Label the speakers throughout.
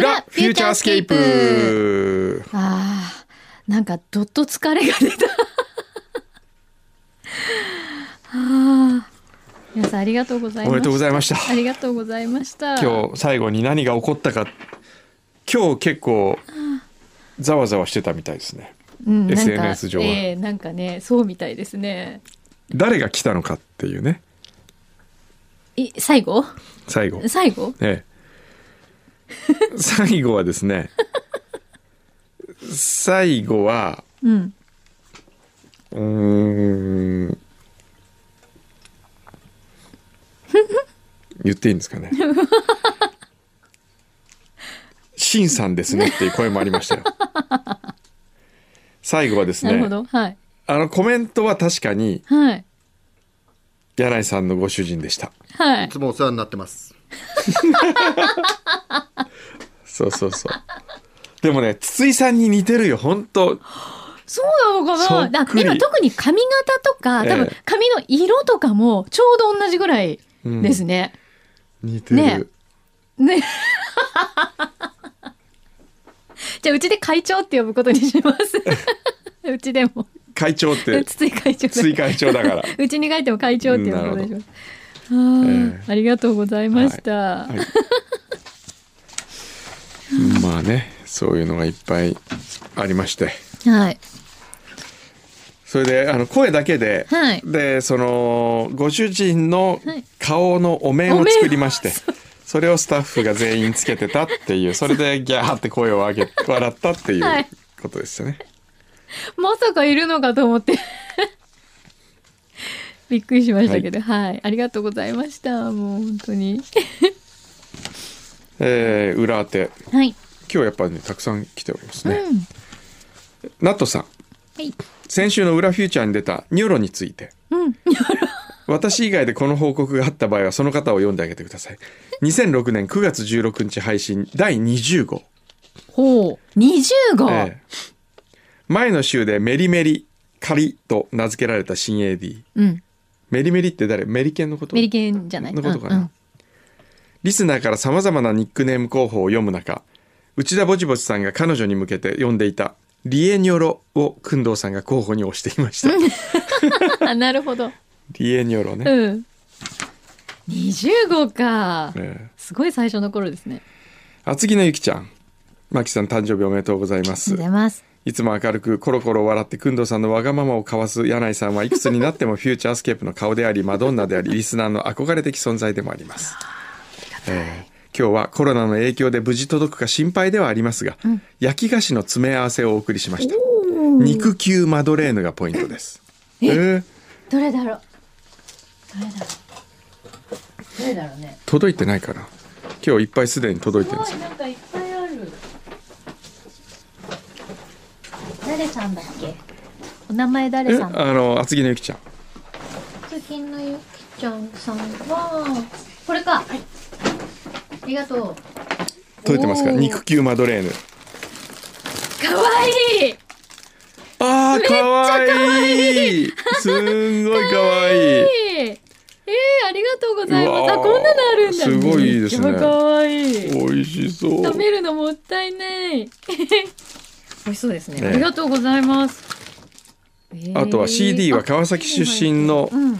Speaker 1: ャースケープ
Speaker 2: あーなんかどっと疲れが出た あー皆さんありがとうございました
Speaker 1: おめでとうございました
Speaker 2: ありがとうございました
Speaker 1: 今日最後に何が起こったか今日結構ざわざわしてたみたいですね
Speaker 2: うんなんか
Speaker 1: SNS 上は
Speaker 2: ええなんかねそうみたいですね
Speaker 1: 誰が来たのかっていうね
Speaker 2: い最後
Speaker 1: 最後
Speaker 2: 最後
Speaker 1: ええ最後はですね最後は
Speaker 2: うん
Speaker 1: うーん言っていいんですかね「しんさんですね」っていう声もありましたよ最後はです
Speaker 2: なるほ
Speaker 1: ね
Speaker 2: ど、はい
Speaker 1: あのコメントは確かに
Speaker 2: はい
Speaker 1: 柳井さんのご主人でした
Speaker 2: はい
Speaker 3: いつもお世話になってます。
Speaker 1: そうそうそうでもね筒井さんに似てるよ本当
Speaker 2: そうなのかな
Speaker 1: そっ
Speaker 2: だ
Speaker 1: くり
Speaker 2: 今特に髪型とか
Speaker 1: ええ
Speaker 2: 多分髪の色とかもちょうど同じぐらいですね、
Speaker 1: 似てる、
Speaker 2: ね ね。じゃあうちで会長って呼ぶことにし ます。うちでも。
Speaker 1: 会長って
Speaker 2: 筒井会長だ
Speaker 1: 筒井会長だから
Speaker 2: うちに書いても会長って呼ぶことにします。あ
Speaker 1: え
Speaker 2: ーありがとうございました。
Speaker 1: はいまあねそういうのがいっぱいありまして
Speaker 2: はい。
Speaker 1: それであの声だけで、
Speaker 2: はい
Speaker 1: でそのご主人の
Speaker 2: はい
Speaker 1: 顔のお面を
Speaker 2: お面
Speaker 1: 作りま して、それをスタッフが全員つけてたっていうそれでギャーって声を上げ笑ったっていう
Speaker 2: はい
Speaker 1: ことですよね、
Speaker 2: まさかいるのかと思って。 びっくりしましたけど、はい、ありがとうございました。もう本当に。
Speaker 1: えー裏当て
Speaker 2: はい。
Speaker 1: 今日やっぱねたくさん来ております
Speaker 2: うん。
Speaker 1: ね、ナットさん
Speaker 2: はい。
Speaker 1: 先週の「裏フューチャー」に出たニョロについて
Speaker 2: うん。
Speaker 1: 私以外でこの報告があった場合はその方を読んであげてください2006年9月16日配信第20号、
Speaker 2: ほう。20号。
Speaker 1: ええ前の週でメリメリカリと名付けられた新 AD
Speaker 2: うん。
Speaker 1: メリメリって誰メリケンのこと
Speaker 2: メリケンじゃない。
Speaker 1: のことかな、リスナーからさまざまなニックネーム候補を読む中内田ぼちぼちさんが彼女に向けて呼んでいたリエニョロを工藤さんが候補に推していました
Speaker 2: うん あなるほど。
Speaker 1: リエニョロね、
Speaker 2: うん。20号か。
Speaker 1: ええ
Speaker 2: すごい最初の頃ですね。
Speaker 1: 厚木のゆきちゃんマキさん誕生日おめでとうございます
Speaker 2: ざいます。
Speaker 1: いつも明るくコロコロ笑って工藤さんのわがままをかわす柳井さんはいくつになってもフューチャースケープの顔でありマドンナでありリスナーの憧れ的存在でもあります。えー今日はコロナの影響で無事届くか心配ではありますが、焼き菓子の詰め合わせをお送りしました肉球マドレーヌがポイントですえー
Speaker 2: どれだろう。どれだろう。どれだろうね。
Speaker 1: 届いてないかな今日いっぱいすでに届いて
Speaker 2: す
Speaker 1: るんです
Speaker 2: ごいなんかいっぱいある。誰さんだっけ。お名前誰
Speaker 1: え
Speaker 2: さん。
Speaker 1: あの厚木のゆきちゃん
Speaker 2: 作品のゆきちゃんさんは。これか。ありがとう。
Speaker 1: 届いてますか
Speaker 2: おー
Speaker 1: 肉球マドレーヌ
Speaker 2: かわいい。
Speaker 1: あーかわいいすんごいかわいい
Speaker 2: ええありがとうございます。あ
Speaker 1: うわー
Speaker 2: こんなのあるんだ。
Speaker 1: すごいいいですね
Speaker 2: めっちゃ可愛い。
Speaker 1: 美味しそう。
Speaker 2: 食べるのもったい ない。美味しそうですね
Speaker 1: ね
Speaker 2: ありがとうございます。
Speaker 1: あとは CD は川崎出身の
Speaker 2: うん。あ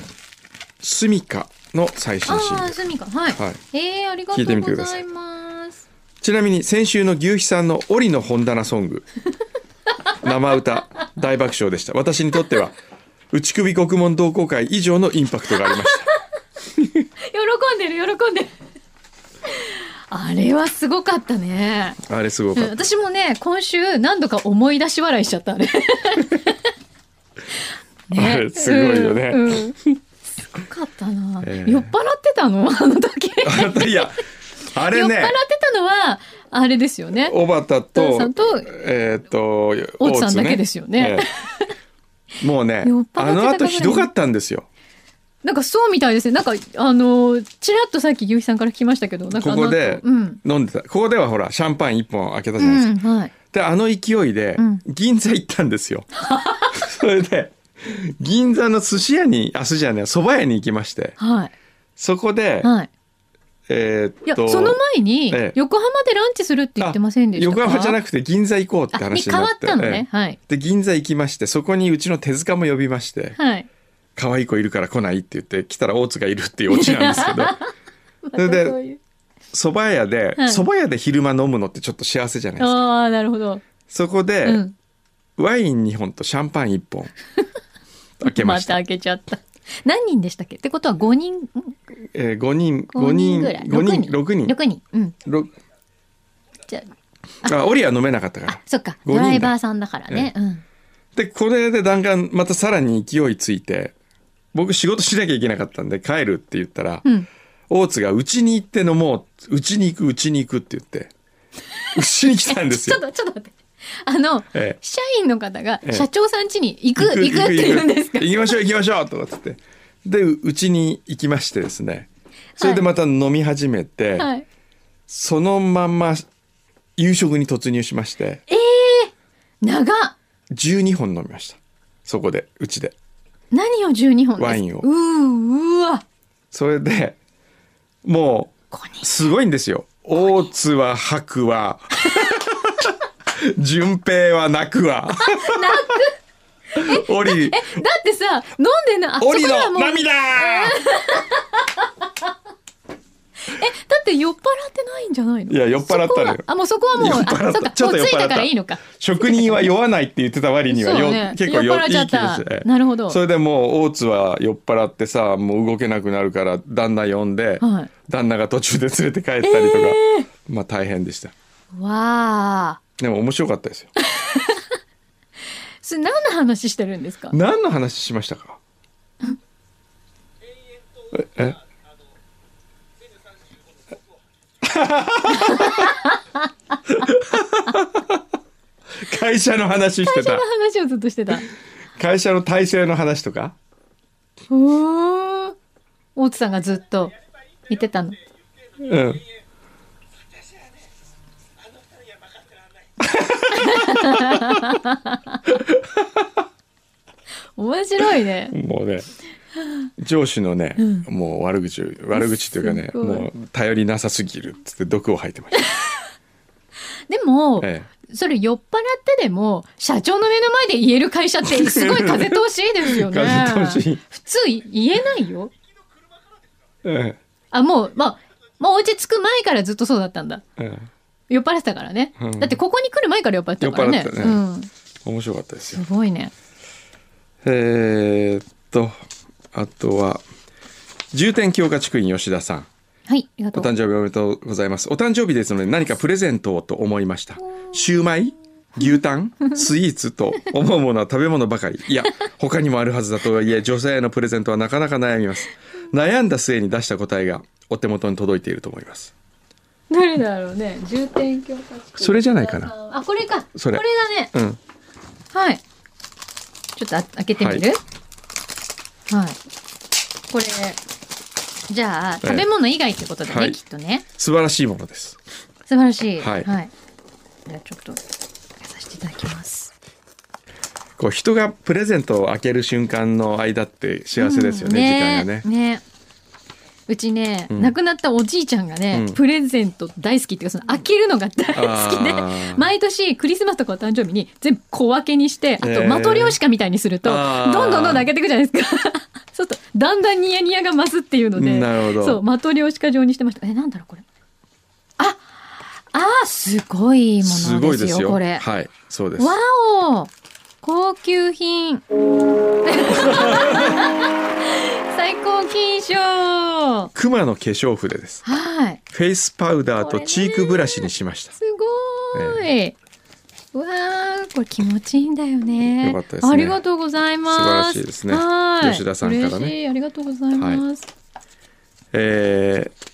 Speaker 1: スミカの最新シング
Speaker 2: あー、
Speaker 1: ル。
Speaker 2: すみか。はい。
Speaker 1: はい
Speaker 2: えー、ありがと
Speaker 1: 聞いて
Speaker 2: う
Speaker 1: みて
Speaker 2: ご
Speaker 1: くださ
Speaker 2: ざ
Speaker 1: い
Speaker 2: います。
Speaker 1: ちなみに先週の牛皮さんの檻の本棚ソン グ生歌大爆笑でした。私にとっては内首国門同好会以上のインパクトがありました。
Speaker 2: 喜んでる、喜んでる。あれはすごかったね。
Speaker 1: あれすご
Speaker 2: う
Speaker 1: かっ
Speaker 2: ん、私もね、今週何度か思い出し笑いしちゃった、 あれ。
Speaker 1: た。あれすごいよね。
Speaker 2: うんうんすごかったな、
Speaker 1: ええ
Speaker 2: 酔っ払ってたのあの時。
Speaker 1: あなたいやあれ
Speaker 2: 酔っ
Speaker 1: ね
Speaker 2: 払っ。てたのはあれですよね。
Speaker 1: 小畑
Speaker 2: お父
Speaker 1: と
Speaker 2: さんと
Speaker 1: えーっと
Speaker 2: 大津さんだけですよ
Speaker 1: 大
Speaker 2: ね
Speaker 1: 津ええもうね
Speaker 2: 酔っ払ってた
Speaker 1: あの後ひどかったんですよ。
Speaker 2: なんかそうみたいですね。なんかあのちらっとさっきゆうひさんから聞きましたけど、なんかあの
Speaker 1: ここで
Speaker 2: うん、
Speaker 1: 飲んでたここではほらシャンパン一本開けた
Speaker 2: う
Speaker 1: じゃないですか、
Speaker 2: ん、はい。
Speaker 1: であの勢いで
Speaker 2: うん
Speaker 1: 銀座行ったんです よ、それで銀座の寿司屋にあ寿司屋ねそば屋に行きまして
Speaker 2: はい。
Speaker 1: そこで
Speaker 2: はい。
Speaker 1: え
Speaker 2: い
Speaker 1: ー
Speaker 2: や
Speaker 1: っと
Speaker 2: その前に
Speaker 1: ええ
Speaker 2: 横浜でランチするって言ってませんでしたか
Speaker 1: 横浜じゃなくて銀座行こうって
Speaker 2: あに
Speaker 1: 話に
Speaker 2: 変
Speaker 1: な
Speaker 2: わ
Speaker 1: っ
Speaker 2: ってたのね
Speaker 1: え、
Speaker 2: はい
Speaker 1: えで銀座行きましてそこにうちの手塚も呼びまして
Speaker 2: はい
Speaker 1: 「可愛い子いるから来ない」って言って来たら大津がいるっていうオチなんですけ どそれで
Speaker 2: またそういう
Speaker 1: 蕎麦屋で
Speaker 2: はい
Speaker 1: 蕎麦屋で昼間飲むのってちょっと幸せじゃないですか
Speaker 2: ああなるほど、
Speaker 1: そこで、
Speaker 2: うん
Speaker 1: ワイン2本とシャンパン1本 開けました
Speaker 2: 開けちゃった何人でしたっけってことは5人
Speaker 1: えー、5人
Speaker 2: 5
Speaker 1: 五人
Speaker 2: 人ぐらい
Speaker 1: 5人6
Speaker 2: 6
Speaker 1: 人
Speaker 2: 人6人うん
Speaker 1: ろ
Speaker 2: じゃ
Speaker 1: あオリは飲めなかったか
Speaker 2: あ
Speaker 1: ら
Speaker 2: そっか
Speaker 1: 五
Speaker 2: ド
Speaker 1: 人だ
Speaker 2: ライバーさんだからね、うん
Speaker 1: でこれで弾丸またさらに勢いついて僕仕事しなきゃいけなかったんで帰るって言ったら、
Speaker 2: うん
Speaker 1: 大津がうちに行って飲もううちに行くうちに行くって言ってうちに来たんです
Speaker 2: ちょ
Speaker 1: よ
Speaker 2: っとちょっと待ってあの、
Speaker 1: ええ
Speaker 2: 社員の方が
Speaker 1: ええ
Speaker 2: 社長さん家に行く、行くって言うんですか
Speaker 1: 行きましょう行きましょうとかっつってでううちに行きましてですねそれでまた飲み始めて、
Speaker 2: はい
Speaker 1: そのまんま夕食に突入しまして
Speaker 2: 長っ
Speaker 1: 12本飲みましたそこでうちで
Speaker 2: 何を12本です
Speaker 1: ワインを
Speaker 2: うーうわ
Speaker 1: それでも
Speaker 2: ここに
Speaker 1: うすごいんですよ大津は白 は順平は泣くわ 泣くオリ
Speaker 2: だってさ飲んでなあ
Speaker 1: オリ
Speaker 2: そこなら
Speaker 1: の
Speaker 2: もうえ
Speaker 1: 涙
Speaker 2: だって酔っ払ってないんじゃないの
Speaker 1: いや酔っ払ったのよ
Speaker 2: そこはあもうそこはもう
Speaker 1: 酔っ払
Speaker 2: あ
Speaker 1: った
Speaker 2: そっか
Speaker 1: ちょっ
Speaker 2: も
Speaker 1: と
Speaker 2: う
Speaker 1: 酔っ
Speaker 2: つ
Speaker 1: 払った
Speaker 2: いたからいいのか
Speaker 1: 職人は酔わないって言ってた割には
Speaker 2: そ
Speaker 1: よ、
Speaker 2: うね
Speaker 1: 結構酔
Speaker 2: 酔っ払っちゃった
Speaker 1: いい気持ちで
Speaker 2: なるほど
Speaker 1: それでもう大津は酔っ払ってさもう動けなくなるから旦那呼んで、
Speaker 2: はい
Speaker 1: 旦那が途中で連れて帰ったりとか、まあ大変でした
Speaker 2: わあ
Speaker 1: でも面白かった ですよ
Speaker 2: それ何の話してるんですか
Speaker 1: 何の話しましたかえ え会社の話してた
Speaker 2: その話をずっとしてた
Speaker 1: 会社の体制の話とか
Speaker 2: おー大津さんがずっと言ってたの
Speaker 1: うん
Speaker 2: 面白いね
Speaker 1: もうね上司のね、もう悪口を悪口というかね
Speaker 2: すごい
Speaker 1: もう頼りなさすぎるっつって毒を吐いてま した、
Speaker 2: でも、
Speaker 1: え
Speaker 2: それ酔っ払ってでも社長の目の前で言える会 社ってすごい風通しいいですよね
Speaker 1: 風通しいい
Speaker 2: 普通言えないよ
Speaker 1: ええ
Speaker 2: あもうまあもうお家着く前からずっとそうだったんだ
Speaker 1: ええ
Speaker 2: 酔っ払ってたからね、
Speaker 1: うん
Speaker 2: だってここに来る前から酔っ払ってたからね
Speaker 1: 酔っ払ってた
Speaker 2: う
Speaker 1: ね
Speaker 2: ん、
Speaker 1: 面白かったですよ
Speaker 2: すごいね
Speaker 1: えーっとあとは重点強化地区員吉田さん
Speaker 2: はいありが
Speaker 1: お
Speaker 2: とう
Speaker 1: 誕生日おめでとうございますお誕生日ですので何かプレゼントをと思いましたシューマイ牛タ ンスイーツと思うものは食べ物ばかりいや他にもあるはずだとはいえ女性へのプレゼントはなかなか悩みます悩んだ末に出した答えがお手元に届いていると思います
Speaker 2: どれだろうね重点強化地区
Speaker 1: それじゃないかな
Speaker 4: あ
Speaker 2: あこれか
Speaker 1: それ
Speaker 2: これだね
Speaker 1: うん
Speaker 2: はいちょっとあ開けてみるはい、これじゃあ
Speaker 1: ええ
Speaker 2: 食べ物以外ってことだね、
Speaker 1: はい
Speaker 2: きっとね
Speaker 1: 素晴らしいものです
Speaker 2: 素晴らしい。
Speaker 1: はい
Speaker 2: じゃあちょっと開けさせていただきます。
Speaker 1: こう人がプレゼントを開ける瞬間の間って幸せですよね,、時間がね
Speaker 2: ねうちね、
Speaker 1: うん
Speaker 2: 亡くなったおじいちゃんがね、
Speaker 1: うん
Speaker 2: プレゼント大好きっていうかその開けるのが大 好きで
Speaker 1: あー
Speaker 2: 毎年クリスマスとかお誕生日に全部小分けにしてあ
Speaker 1: へ
Speaker 2: と
Speaker 1: ー
Speaker 2: マトリョーシカみたいにすると、
Speaker 1: あー
Speaker 2: どんどんどんどん開けていくじゃないです かそうするとだんだんニヤニヤが増すっていうので
Speaker 1: なるほど
Speaker 2: そうマトリョーシカ状にしてましたえなんだろうこれああーすごいも
Speaker 1: す
Speaker 2: の
Speaker 1: ごい
Speaker 2: で
Speaker 1: ですす
Speaker 2: よ
Speaker 1: よ
Speaker 2: これ。
Speaker 1: はいそうです
Speaker 2: わお高級品 最高金賞は
Speaker 1: 熊の化粧筆です
Speaker 2: い
Speaker 1: フェイスパウダーとチークブラシにしました。
Speaker 2: すごーい、わあこれ気持ちいいんだよね
Speaker 1: よかったですね
Speaker 2: ありがとうございます
Speaker 1: 素晴らしいですね
Speaker 2: はーい
Speaker 1: 吉田さんからね
Speaker 2: 嬉しいありがとうございます、
Speaker 1: えー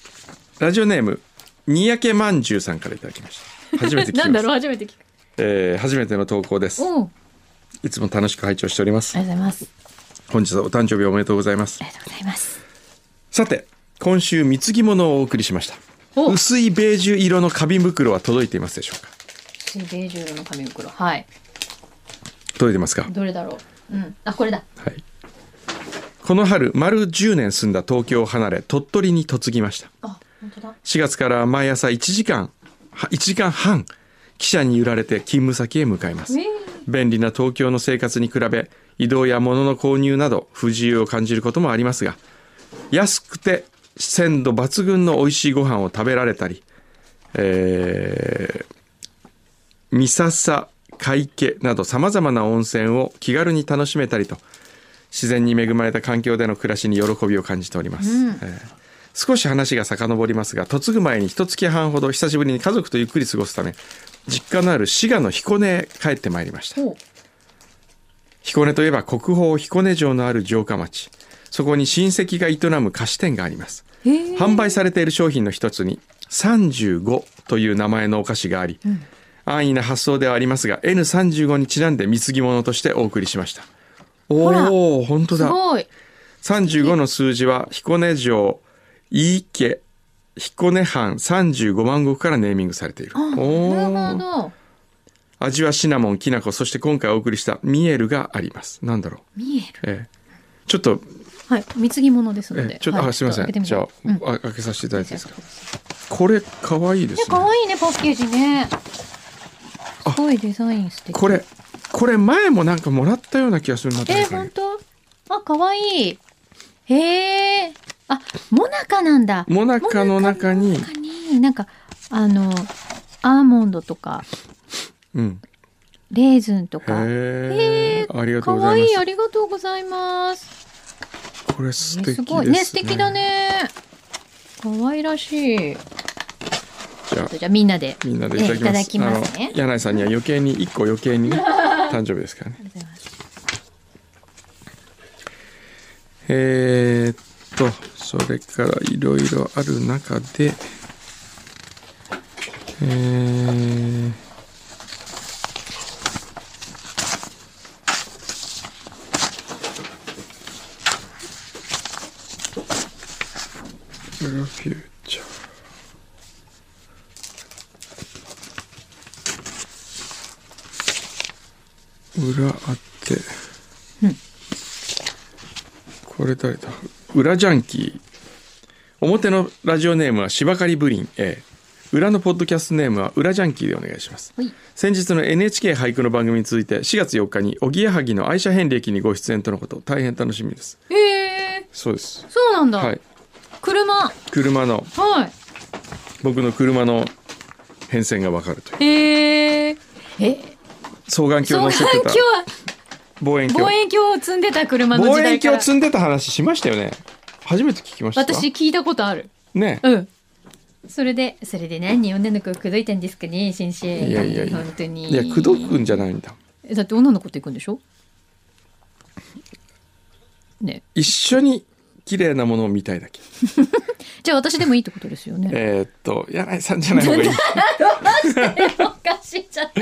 Speaker 1: ラジオネーム、にやけまんじゅうさんからいただきました。初めて聞きます。
Speaker 2: なんだろう初めて聞く
Speaker 1: えー初めての投稿です。
Speaker 2: おう
Speaker 1: いつも楽しく拝聴しております
Speaker 2: あ。りがとうございます
Speaker 1: 本日はお誕生日おめでとうございます
Speaker 2: あ。りがとうございます
Speaker 1: さて、今週、貢ぎ物をお送りしました。
Speaker 2: お
Speaker 1: 薄いベージュ色の花瓶袋は届いていますでしょうか
Speaker 2: シーベージュ色の紙袋はい
Speaker 1: 届いてますか
Speaker 2: どれだろううんあこれだ
Speaker 1: はい。この春、丸10年住んだ東京を離れ、鳥取に嫁ぎました。
Speaker 2: あ
Speaker 4: 本当だ。
Speaker 1: 4月から毎朝1時間は1時間半汽車に揺られて勤務先へ向かいます
Speaker 2: え
Speaker 1: 便利な東京の生活に比べ移動や物の購入など不自由を感じることもありますが安くて鮮度抜群の美味しいご飯を食べられたりえー、三笹海家などさまざまな温泉を気軽に楽しめたりと自然に恵まれた環境での暮らしに喜びを感じております、えー少し話が遡りますが嫁ぐ前に一月半ほど久しぶりに家族とゆっくり過ごすため実家のある滋賀の彦根へ帰ってまいりました
Speaker 2: ほう
Speaker 1: 彦根といえば国宝彦根城のある城下町そこに親戚が営む菓子店があります
Speaker 2: へえ
Speaker 1: 販売されている商品の一つに35という名前のお菓子があり、安易な発想ではありますが N35 にちなんで貢ぎ物としてお送りしました
Speaker 2: ほら
Speaker 1: おお本当
Speaker 2: す
Speaker 1: だ
Speaker 2: ごい。
Speaker 1: 35の数字は彦根城井伊家彦根藩35万石からネーミングされている
Speaker 2: あな
Speaker 1: おー
Speaker 2: るほど。
Speaker 1: 味はシナモンきな粉そして今回お送りしたミエルがありますなんだろ
Speaker 2: 見える。
Speaker 1: う、ええちょっと
Speaker 2: はい、貢ぎ物ですの
Speaker 1: え
Speaker 2: で。
Speaker 1: ちょっと、
Speaker 2: はい
Speaker 1: あすいませんじゃあ、あ開けさせていただいていいですかこれ可愛いですね
Speaker 2: かわいいね、パッケージね。すごいデザイン素敵。
Speaker 1: これこれ前もなんかもらったような気がするなと
Speaker 2: え
Speaker 1: 思っ
Speaker 2: ー、
Speaker 1: て
Speaker 2: 本当あ、かわいい。へえ。あ、モナカなんだ。
Speaker 1: モナカの中に
Speaker 2: モナカに、なんか、あの、アーモンドとか、
Speaker 1: うん
Speaker 2: レーズンと
Speaker 1: へ
Speaker 2: か。
Speaker 1: え
Speaker 2: へー
Speaker 1: ありがと
Speaker 2: か
Speaker 1: うござ
Speaker 2: わ
Speaker 1: い
Speaker 2: い
Speaker 1: ま
Speaker 2: い、
Speaker 1: す
Speaker 2: ありがとうございます。
Speaker 1: これ素
Speaker 2: え
Speaker 1: 敵で
Speaker 2: す
Speaker 1: す
Speaker 2: ごい。
Speaker 1: ね
Speaker 2: ね、素敵だね。かわいらしい。
Speaker 1: じゃあ
Speaker 2: ちょっとじゃあみんなで。
Speaker 1: みんなでいただきます,、
Speaker 2: えいただきますね
Speaker 1: あの柳井さんには余計に一個余計にね 誕生日ですからね
Speaker 2: ありがとうございます
Speaker 1: えー、っとそれからいろいろある中でえープロフューチャー裏あって、これ誰だ裏ジャンキー表のラジオネームは芝刈りブリン A 裏のポッドキャストネームは裏ジャンキーでお願いします
Speaker 2: はい。
Speaker 1: 先日の NHK 俳句の番組に続いて4月4日におぎやはぎの愛車遍歴にご出演とのこと大変楽しみです
Speaker 2: え
Speaker 1: そうです
Speaker 2: ー、そうなんだ。
Speaker 1: はい
Speaker 2: 車。は
Speaker 1: 車の僕の車の変遷がわかるという
Speaker 2: い。へえー。え、
Speaker 1: 双眼鏡
Speaker 2: 双
Speaker 1: を乗せて
Speaker 2: 眼
Speaker 1: た
Speaker 2: 鏡は
Speaker 1: 望遠
Speaker 2: 望
Speaker 1: 鏡
Speaker 2: 遠鏡を積んでた車の
Speaker 1: 望
Speaker 2: 時
Speaker 1: 遠
Speaker 2: 代か
Speaker 1: 鏡
Speaker 2: ら
Speaker 1: を積んでた話しましたよね初めて聞きました
Speaker 2: 私聞いたことある
Speaker 1: ね
Speaker 2: うんそれでそれで何女の子を口説いたんですかね先生
Speaker 1: いやいやいや
Speaker 2: 本当に
Speaker 1: いや口説くんじゃないんだ
Speaker 2: えだって女の子と行くんでしょね
Speaker 1: 一緒に綺麗なものを見たいだけ
Speaker 2: じゃあ私でもいいってことですよね
Speaker 1: えー、っと柳井さんじゃない方がいい
Speaker 2: おかしいじゃない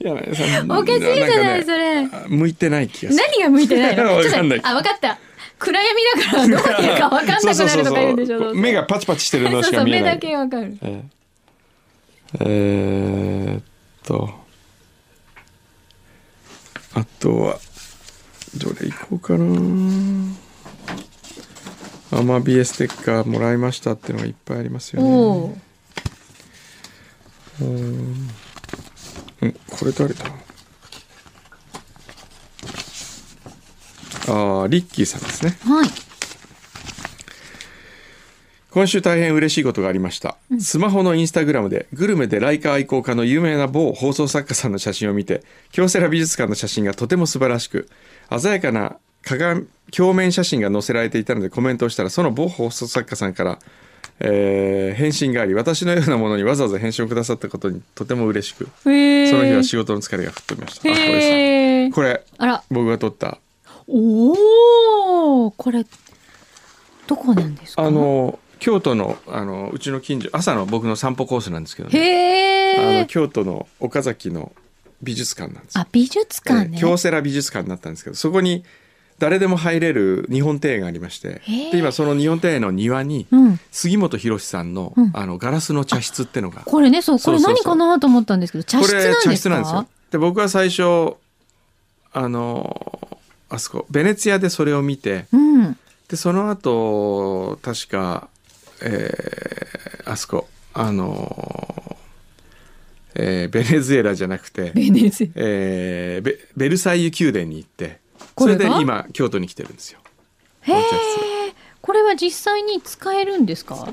Speaker 1: 柳井さん
Speaker 2: おかしいじゃない、
Speaker 1: んか
Speaker 2: それ
Speaker 1: ね向いてない気がする
Speaker 2: 何が向いてないの
Speaker 1: わかんない
Speaker 2: ちょっとあ分かった暗闇だからどこにいるか分かんなくなるとか言うんでし ょ
Speaker 1: そうそうそうそう目がパチパチしてる
Speaker 2: そ
Speaker 1: の
Speaker 2: う
Speaker 1: し
Speaker 2: そ
Speaker 1: か
Speaker 2: う
Speaker 1: 見え
Speaker 2: 目
Speaker 1: ない
Speaker 2: だけ分かる
Speaker 1: えーえーっとあとはどれいこうかなアマビエステッカーもらいましたっていうのがいっぱいありますよね
Speaker 2: おお
Speaker 1: うん、これ誰だああ、リッキーさんですね。
Speaker 2: はい
Speaker 1: 今週大変嬉しいことがありました。スマホのインスタグラムでグルメでライカ愛好家の有名な某放送作家さんの写真を見て、京セラ美術館の写真がとても素晴らしく、鮮やかな鏡、鏡面写真が載せられていたのでコメントをしたら、その某放送作家さんから、えー返信があり、私のようなものにわざわざ返信をくださったことにとても嬉しく、
Speaker 2: へえ
Speaker 1: その日は仕事の疲れが吹っ飛びました。あ、これですね
Speaker 2: へえ
Speaker 1: これ、
Speaker 2: あら
Speaker 1: 僕が撮った
Speaker 2: おお、これ。どこなんですか。
Speaker 1: あ。の京都のあのうちの近所朝の僕の散歩コースなんですけどねあ
Speaker 2: へ
Speaker 1: の
Speaker 2: え。
Speaker 1: 京都の岡崎の美術館なんですよ
Speaker 2: あ、美術館
Speaker 1: え
Speaker 2: ね。
Speaker 1: ー京セラ美術館になったんですけどそこに誰でも入れる日本庭園がありまして
Speaker 2: へー
Speaker 1: で今その日本庭園の庭に
Speaker 2: うん。
Speaker 1: 杉本博さんの,、
Speaker 2: うん
Speaker 1: あのガラスの茶室ってのがこ
Speaker 2: これね、そう、こ
Speaker 1: そう
Speaker 2: れ
Speaker 1: そうそう
Speaker 2: 何かなと思ったんですけど、茶室
Speaker 1: れ
Speaker 2: なん
Speaker 1: 茶
Speaker 2: です
Speaker 1: 室なんです
Speaker 2: か
Speaker 1: よ。。で僕は最初あのあそこベネツィアでそれを見て
Speaker 2: うん。
Speaker 1: でその後確か、えあそこあのーえーベネズエラじゃなくて、
Speaker 2: ベネズエ
Speaker 1: えーベベルサイユ宮殿に行って
Speaker 2: こ
Speaker 1: そ
Speaker 2: れ
Speaker 1: れ
Speaker 2: が
Speaker 1: で今京都に来てるんですよ
Speaker 2: へえ
Speaker 1: お茶室
Speaker 2: これは実際に使えるんですか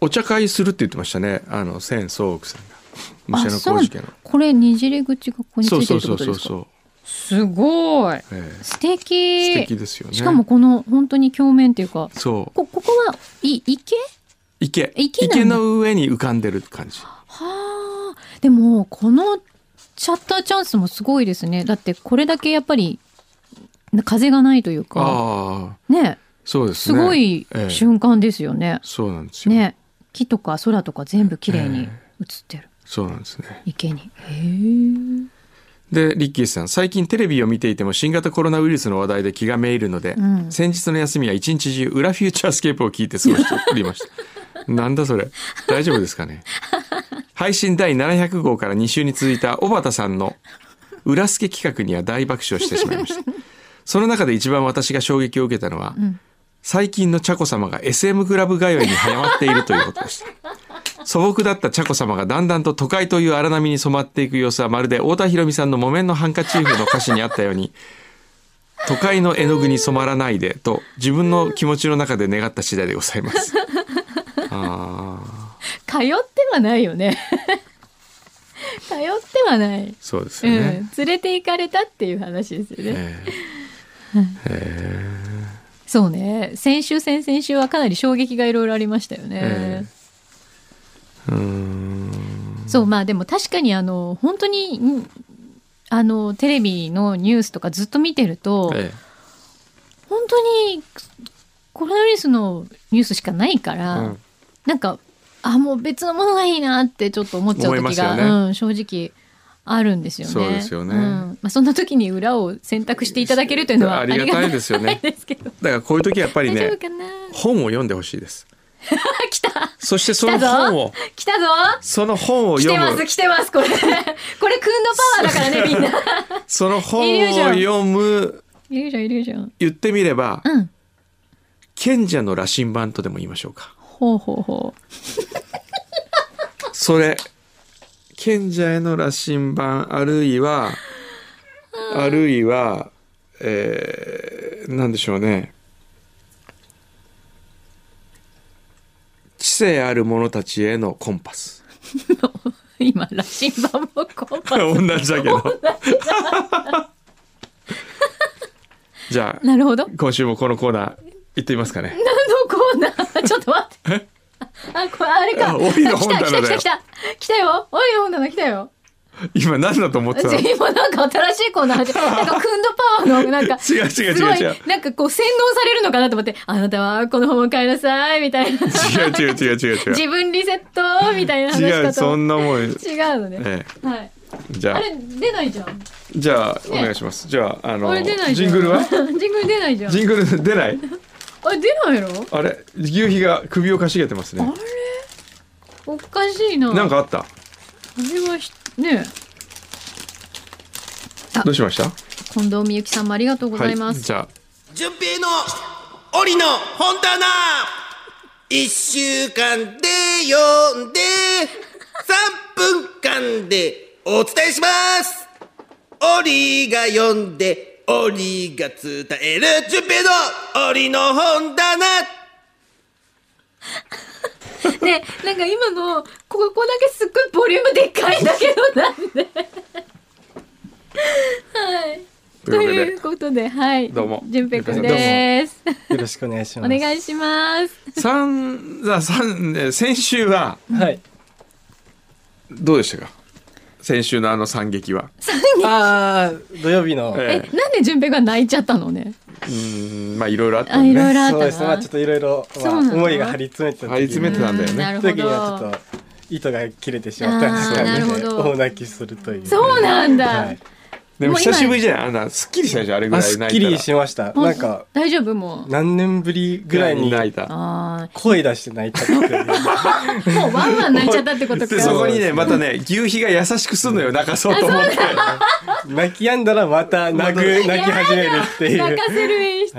Speaker 1: お茶会するって言ってましたねあの千宗屋さんが武者
Speaker 2: あそう
Speaker 1: 小路家の
Speaker 2: これにじれ口がここにつ
Speaker 1: そう
Speaker 2: いて
Speaker 1: そ
Speaker 2: るっ
Speaker 1: う
Speaker 2: て
Speaker 1: そ
Speaker 2: こ
Speaker 1: うそう
Speaker 2: とですか
Speaker 1: そう
Speaker 2: すごい
Speaker 1: ええ
Speaker 2: 素敵
Speaker 1: 素敵ですよね
Speaker 2: しかもこの本当に鏡面っていうか
Speaker 1: そう
Speaker 2: こここはい池
Speaker 1: 池
Speaker 2: 池
Speaker 1: 池
Speaker 2: なの
Speaker 1: の上に浮かんでる感じ
Speaker 2: はあでもこのシャッターチャンスもすごいですねだってこれだけやっぱり風がないというか
Speaker 1: ああ
Speaker 2: ね
Speaker 1: そうです
Speaker 2: す
Speaker 1: ね
Speaker 2: ごい
Speaker 1: ええ
Speaker 2: 瞬間ですよね。
Speaker 1: そうなんですよ
Speaker 2: ね木とか空とか全部綺麗に映ってる、
Speaker 1: そうなんですね
Speaker 2: 池に。へえ。
Speaker 1: でリッキーさん最近テレビを見ていても新型コロナウイルスの話題で気がめいるので、
Speaker 2: うん
Speaker 1: 先日の休みは一日中裏フューチャースケープを聞いて過ごしておりました なんだそれ大丈夫ですかね配信第700号から2週に続いた小畑さんの裏スケ企画には大爆笑してしまいましたその中で一番私が衝撃を受けたのは、
Speaker 2: ん
Speaker 1: 最近の茶子様が SM クラブ通いに早まっているということでした素朴だった茶子様がだんだんと都会という荒波に染まっていく様子はまるで太田博美さんの木綿のハンカチーフの歌詞にあったよう に、都会の絵の具に染まらないでと自分の気持ちの中で願った次第でござい ます。ああ、
Speaker 2: 通ってはないよね。 通ってはない。
Speaker 1: そうです
Speaker 2: うん、
Speaker 1: よ
Speaker 2: 連
Speaker 1: ね。
Speaker 2: れて行かれたっていう話ですよね。
Speaker 1: ええ
Speaker 2: そうね先週先々週はかなり衝撃がいろいろありましたよ
Speaker 1: え
Speaker 2: ね。
Speaker 1: うーん、
Speaker 2: そうまあでも確かにあの本当にんあのテレビのニュースとかずっと見てると、
Speaker 1: ええ
Speaker 2: 本当にコロナウイルスのニュースしかないから、
Speaker 1: うん
Speaker 2: なんかあもう別のものがいいなってちょっと思っちゃう
Speaker 1: 思いま
Speaker 2: 時
Speaker 1: すよ
Speaker 2: が、
Speaker 1: ね
Speaker 2: うん、正直あるんですよね。
Speaker 1: そうですよね
Speaker 2: んまあ、そんな時に裏を選択していただけるというのは
Speaker 1: ありがたいですよね
Speaker 2: ありがたいですけど。
Speaker 1: だからこういう時はやっぱり
Speaker 2: 大丈
Speaker 1: ね
Speaker 2: 夫、かな。
Speaker 1: 本を読んでほしいです。
Speaker 2: あ 来た
Speaker 1: そしてその
Speaker 2: 来たぞ
Speaker 1: 本を、
Speaker 2: 来たぞ。
Speaker 1: その本を
Speaker 2: 来
Speaker 1: 読
Speaker 2: てます
Speaker 1: む、
Speaker 2: 来てますこれ これクンドパワーだからねみんな。
Speaker 1: その本
Speaker 2: イリュー
Speaker 1: を
Speaker 2: ジョ
Speaker 1: 読む、
Speaker 2: いるじゃんいるじゃん。
Speaker 1: 言ってみれば、
Speaker 2: うん。
Speaker 1: 賢者の羅針盤とでも言いましょうか。
Speaker 2: ほうほうほう。
Speaker 1: それ賢者への羅針盤あるいはあるいはえー、なんでしょうね知性ある者たちへのコンパス
Speaker 2: 今羅針盤もコンパ
Speaker 1: 同じだけ どじゃあ
Speaker 2: なるほど。何
Speaker 1: 今週もこのコーナー行ってみますかね
Speaker 2: のコーナー ちょっと待って。あ、これあれか。
Speaker 1: あ帯の
Speaker 2: あ
Speaker 1: 本棚だよ
Speaker 2: 来た来た来た来た。来たよ。帯の本棚来たよ。
Speaker 1: 今何だと思ってたの違う
Speaker 2: 今なんか新しいコーナー 始まなんかクンドパワーのなんか。
Speaker 1: 違う違う
Speaker 2: すごい
Speaker 1: 違う
Speaker 2: なんかこう洗脳されるのかなと思って、あなたはこの本を買いなさいみたいな。
Speaker 1: 違う違う違う違う違
Speaker 2: 自分リセットみたいな話
Speaker 1: う違
Speaker 2: か
Speaker 1: う
Speaker 2: と
Speaker 1: そ
Speaker 2: 思っ
Speaker 1: んなもん、え
Speaker 2: た。違うのね。
Speaker 1: え、
Speaker 2: はい。
Speaker 1: じゃ
Speaker 2: あれ出ないじゃん。
Speaker 1: じゃあ、お
Speaker 2: ね
Speaker 1: 願いします。じゃあ、あの、
Speaker 2: あれ出ないじゃん。
Speaker 1: ジングルは
Speaker 2: ジングル出ないじゃん。
Speaker 1: ジングル出ない
Speaker 2: あれ出ないの？
Speaker 1: あれ牛皮が首をかしげてますね。
Speaker 2: おかしいな。
Speaker 1: なんかあった
Speaker 2: あれはひねあ
Speaker 1: どうしました
Speaker 2: 近藤美由紀さんもありがとうございます。
Speaker 1: はい、じゃ
Speaker 3: 純平の檻の本棚一週間で読んで3分間でお伝えします檻が読んで檻が伝える純平の檻の本棚
Speaker 2: ねなんか今のここだけすっごいボリュームでっかいんだけどなんで。 はい。
Speaker 1: あ、と
Speaker 2: とい
Speaker 1: いううこ
Speaker 2: ことで、はい。
Speaker 1: どうも
Speaker 2: 純平くんです。
Speaker 5: よろしくお願いし
Speaker 2: お
Speaker 5: ます。
Speaker 2: 願いします。
Speaker 1: と で、三あ三え先週は、
Speaker 5: はい。
Speaker 1: どうでしたか先週のあの惨劇は。
Speaker 5: ああ、土曜日の。
Speaker 1: え
Speaker 2: え、なんで純平が泣いちゃったのね。
Speaker 1: うーん、まあ、いろいろあった
Speaker 2: あ、
Speaker 1: ん
Speaker 2: い
Speaker 1: で
Speaker 2: ろい
Speaker 1: ね。
Speaker 2: ろあっ
Speaker 5: そう
Speaker 2: た
Speaker 5: ですね。まあ、ちょっ
Speaker 2: な。
Speaker 5: といろいろ、まあ、
Speaker 2: そうなの
Speaker 5: 思いが張り詰めてた時に。
Speaker 1: 張り詰めてたんだよ
Speaker 2: うんな
Speaker 1: ね。
Speaker 2: るほど
Speaker 5: 時にはちょっと糸が切れてしまった
Speaker 2: あーなる
Speaker 5: ん
Speaker 2: ほ
Speaker 5: です
Speaker 2: ど
Speaker 5: 大泣きするという。
Speaker 2: そうなんだ
Speaker 5: はい。
Speaker 1: でも
Speaker 2: もう今
Speaker 1: 久しぶりじゃんあんなすっきりしたでしょあれぐら
Speaker 5: あ
Speaker 1: い泣
Speaker 5: す
Speaker 1: いた
Speaker 5: っ
Speaker 1: ら
Speaker 5: きりしました
Speaker 2: もう
Speaker 5: なんか
Speaker 2: 大丈夫もう。
Speaker 5: 何年ぶりぐらいに
Speaker 1: 泣いた
Speaker 2: あ
Speaker 5: 声出して泣いたっ ていう
Speaker 2: あ、もうワンワン泣いちゃったってこ と
Speaker 1: でそ
Speaker 2: か。
Speaker 1: こにねまたね牛皮が優しくすんのよ泣かそうと思って
Speaker 5: 泣き止んだらまた泣く泣き始めるってい
Speaker 2: 泣
Speaker 5: う
Speaker 2: かせる演出。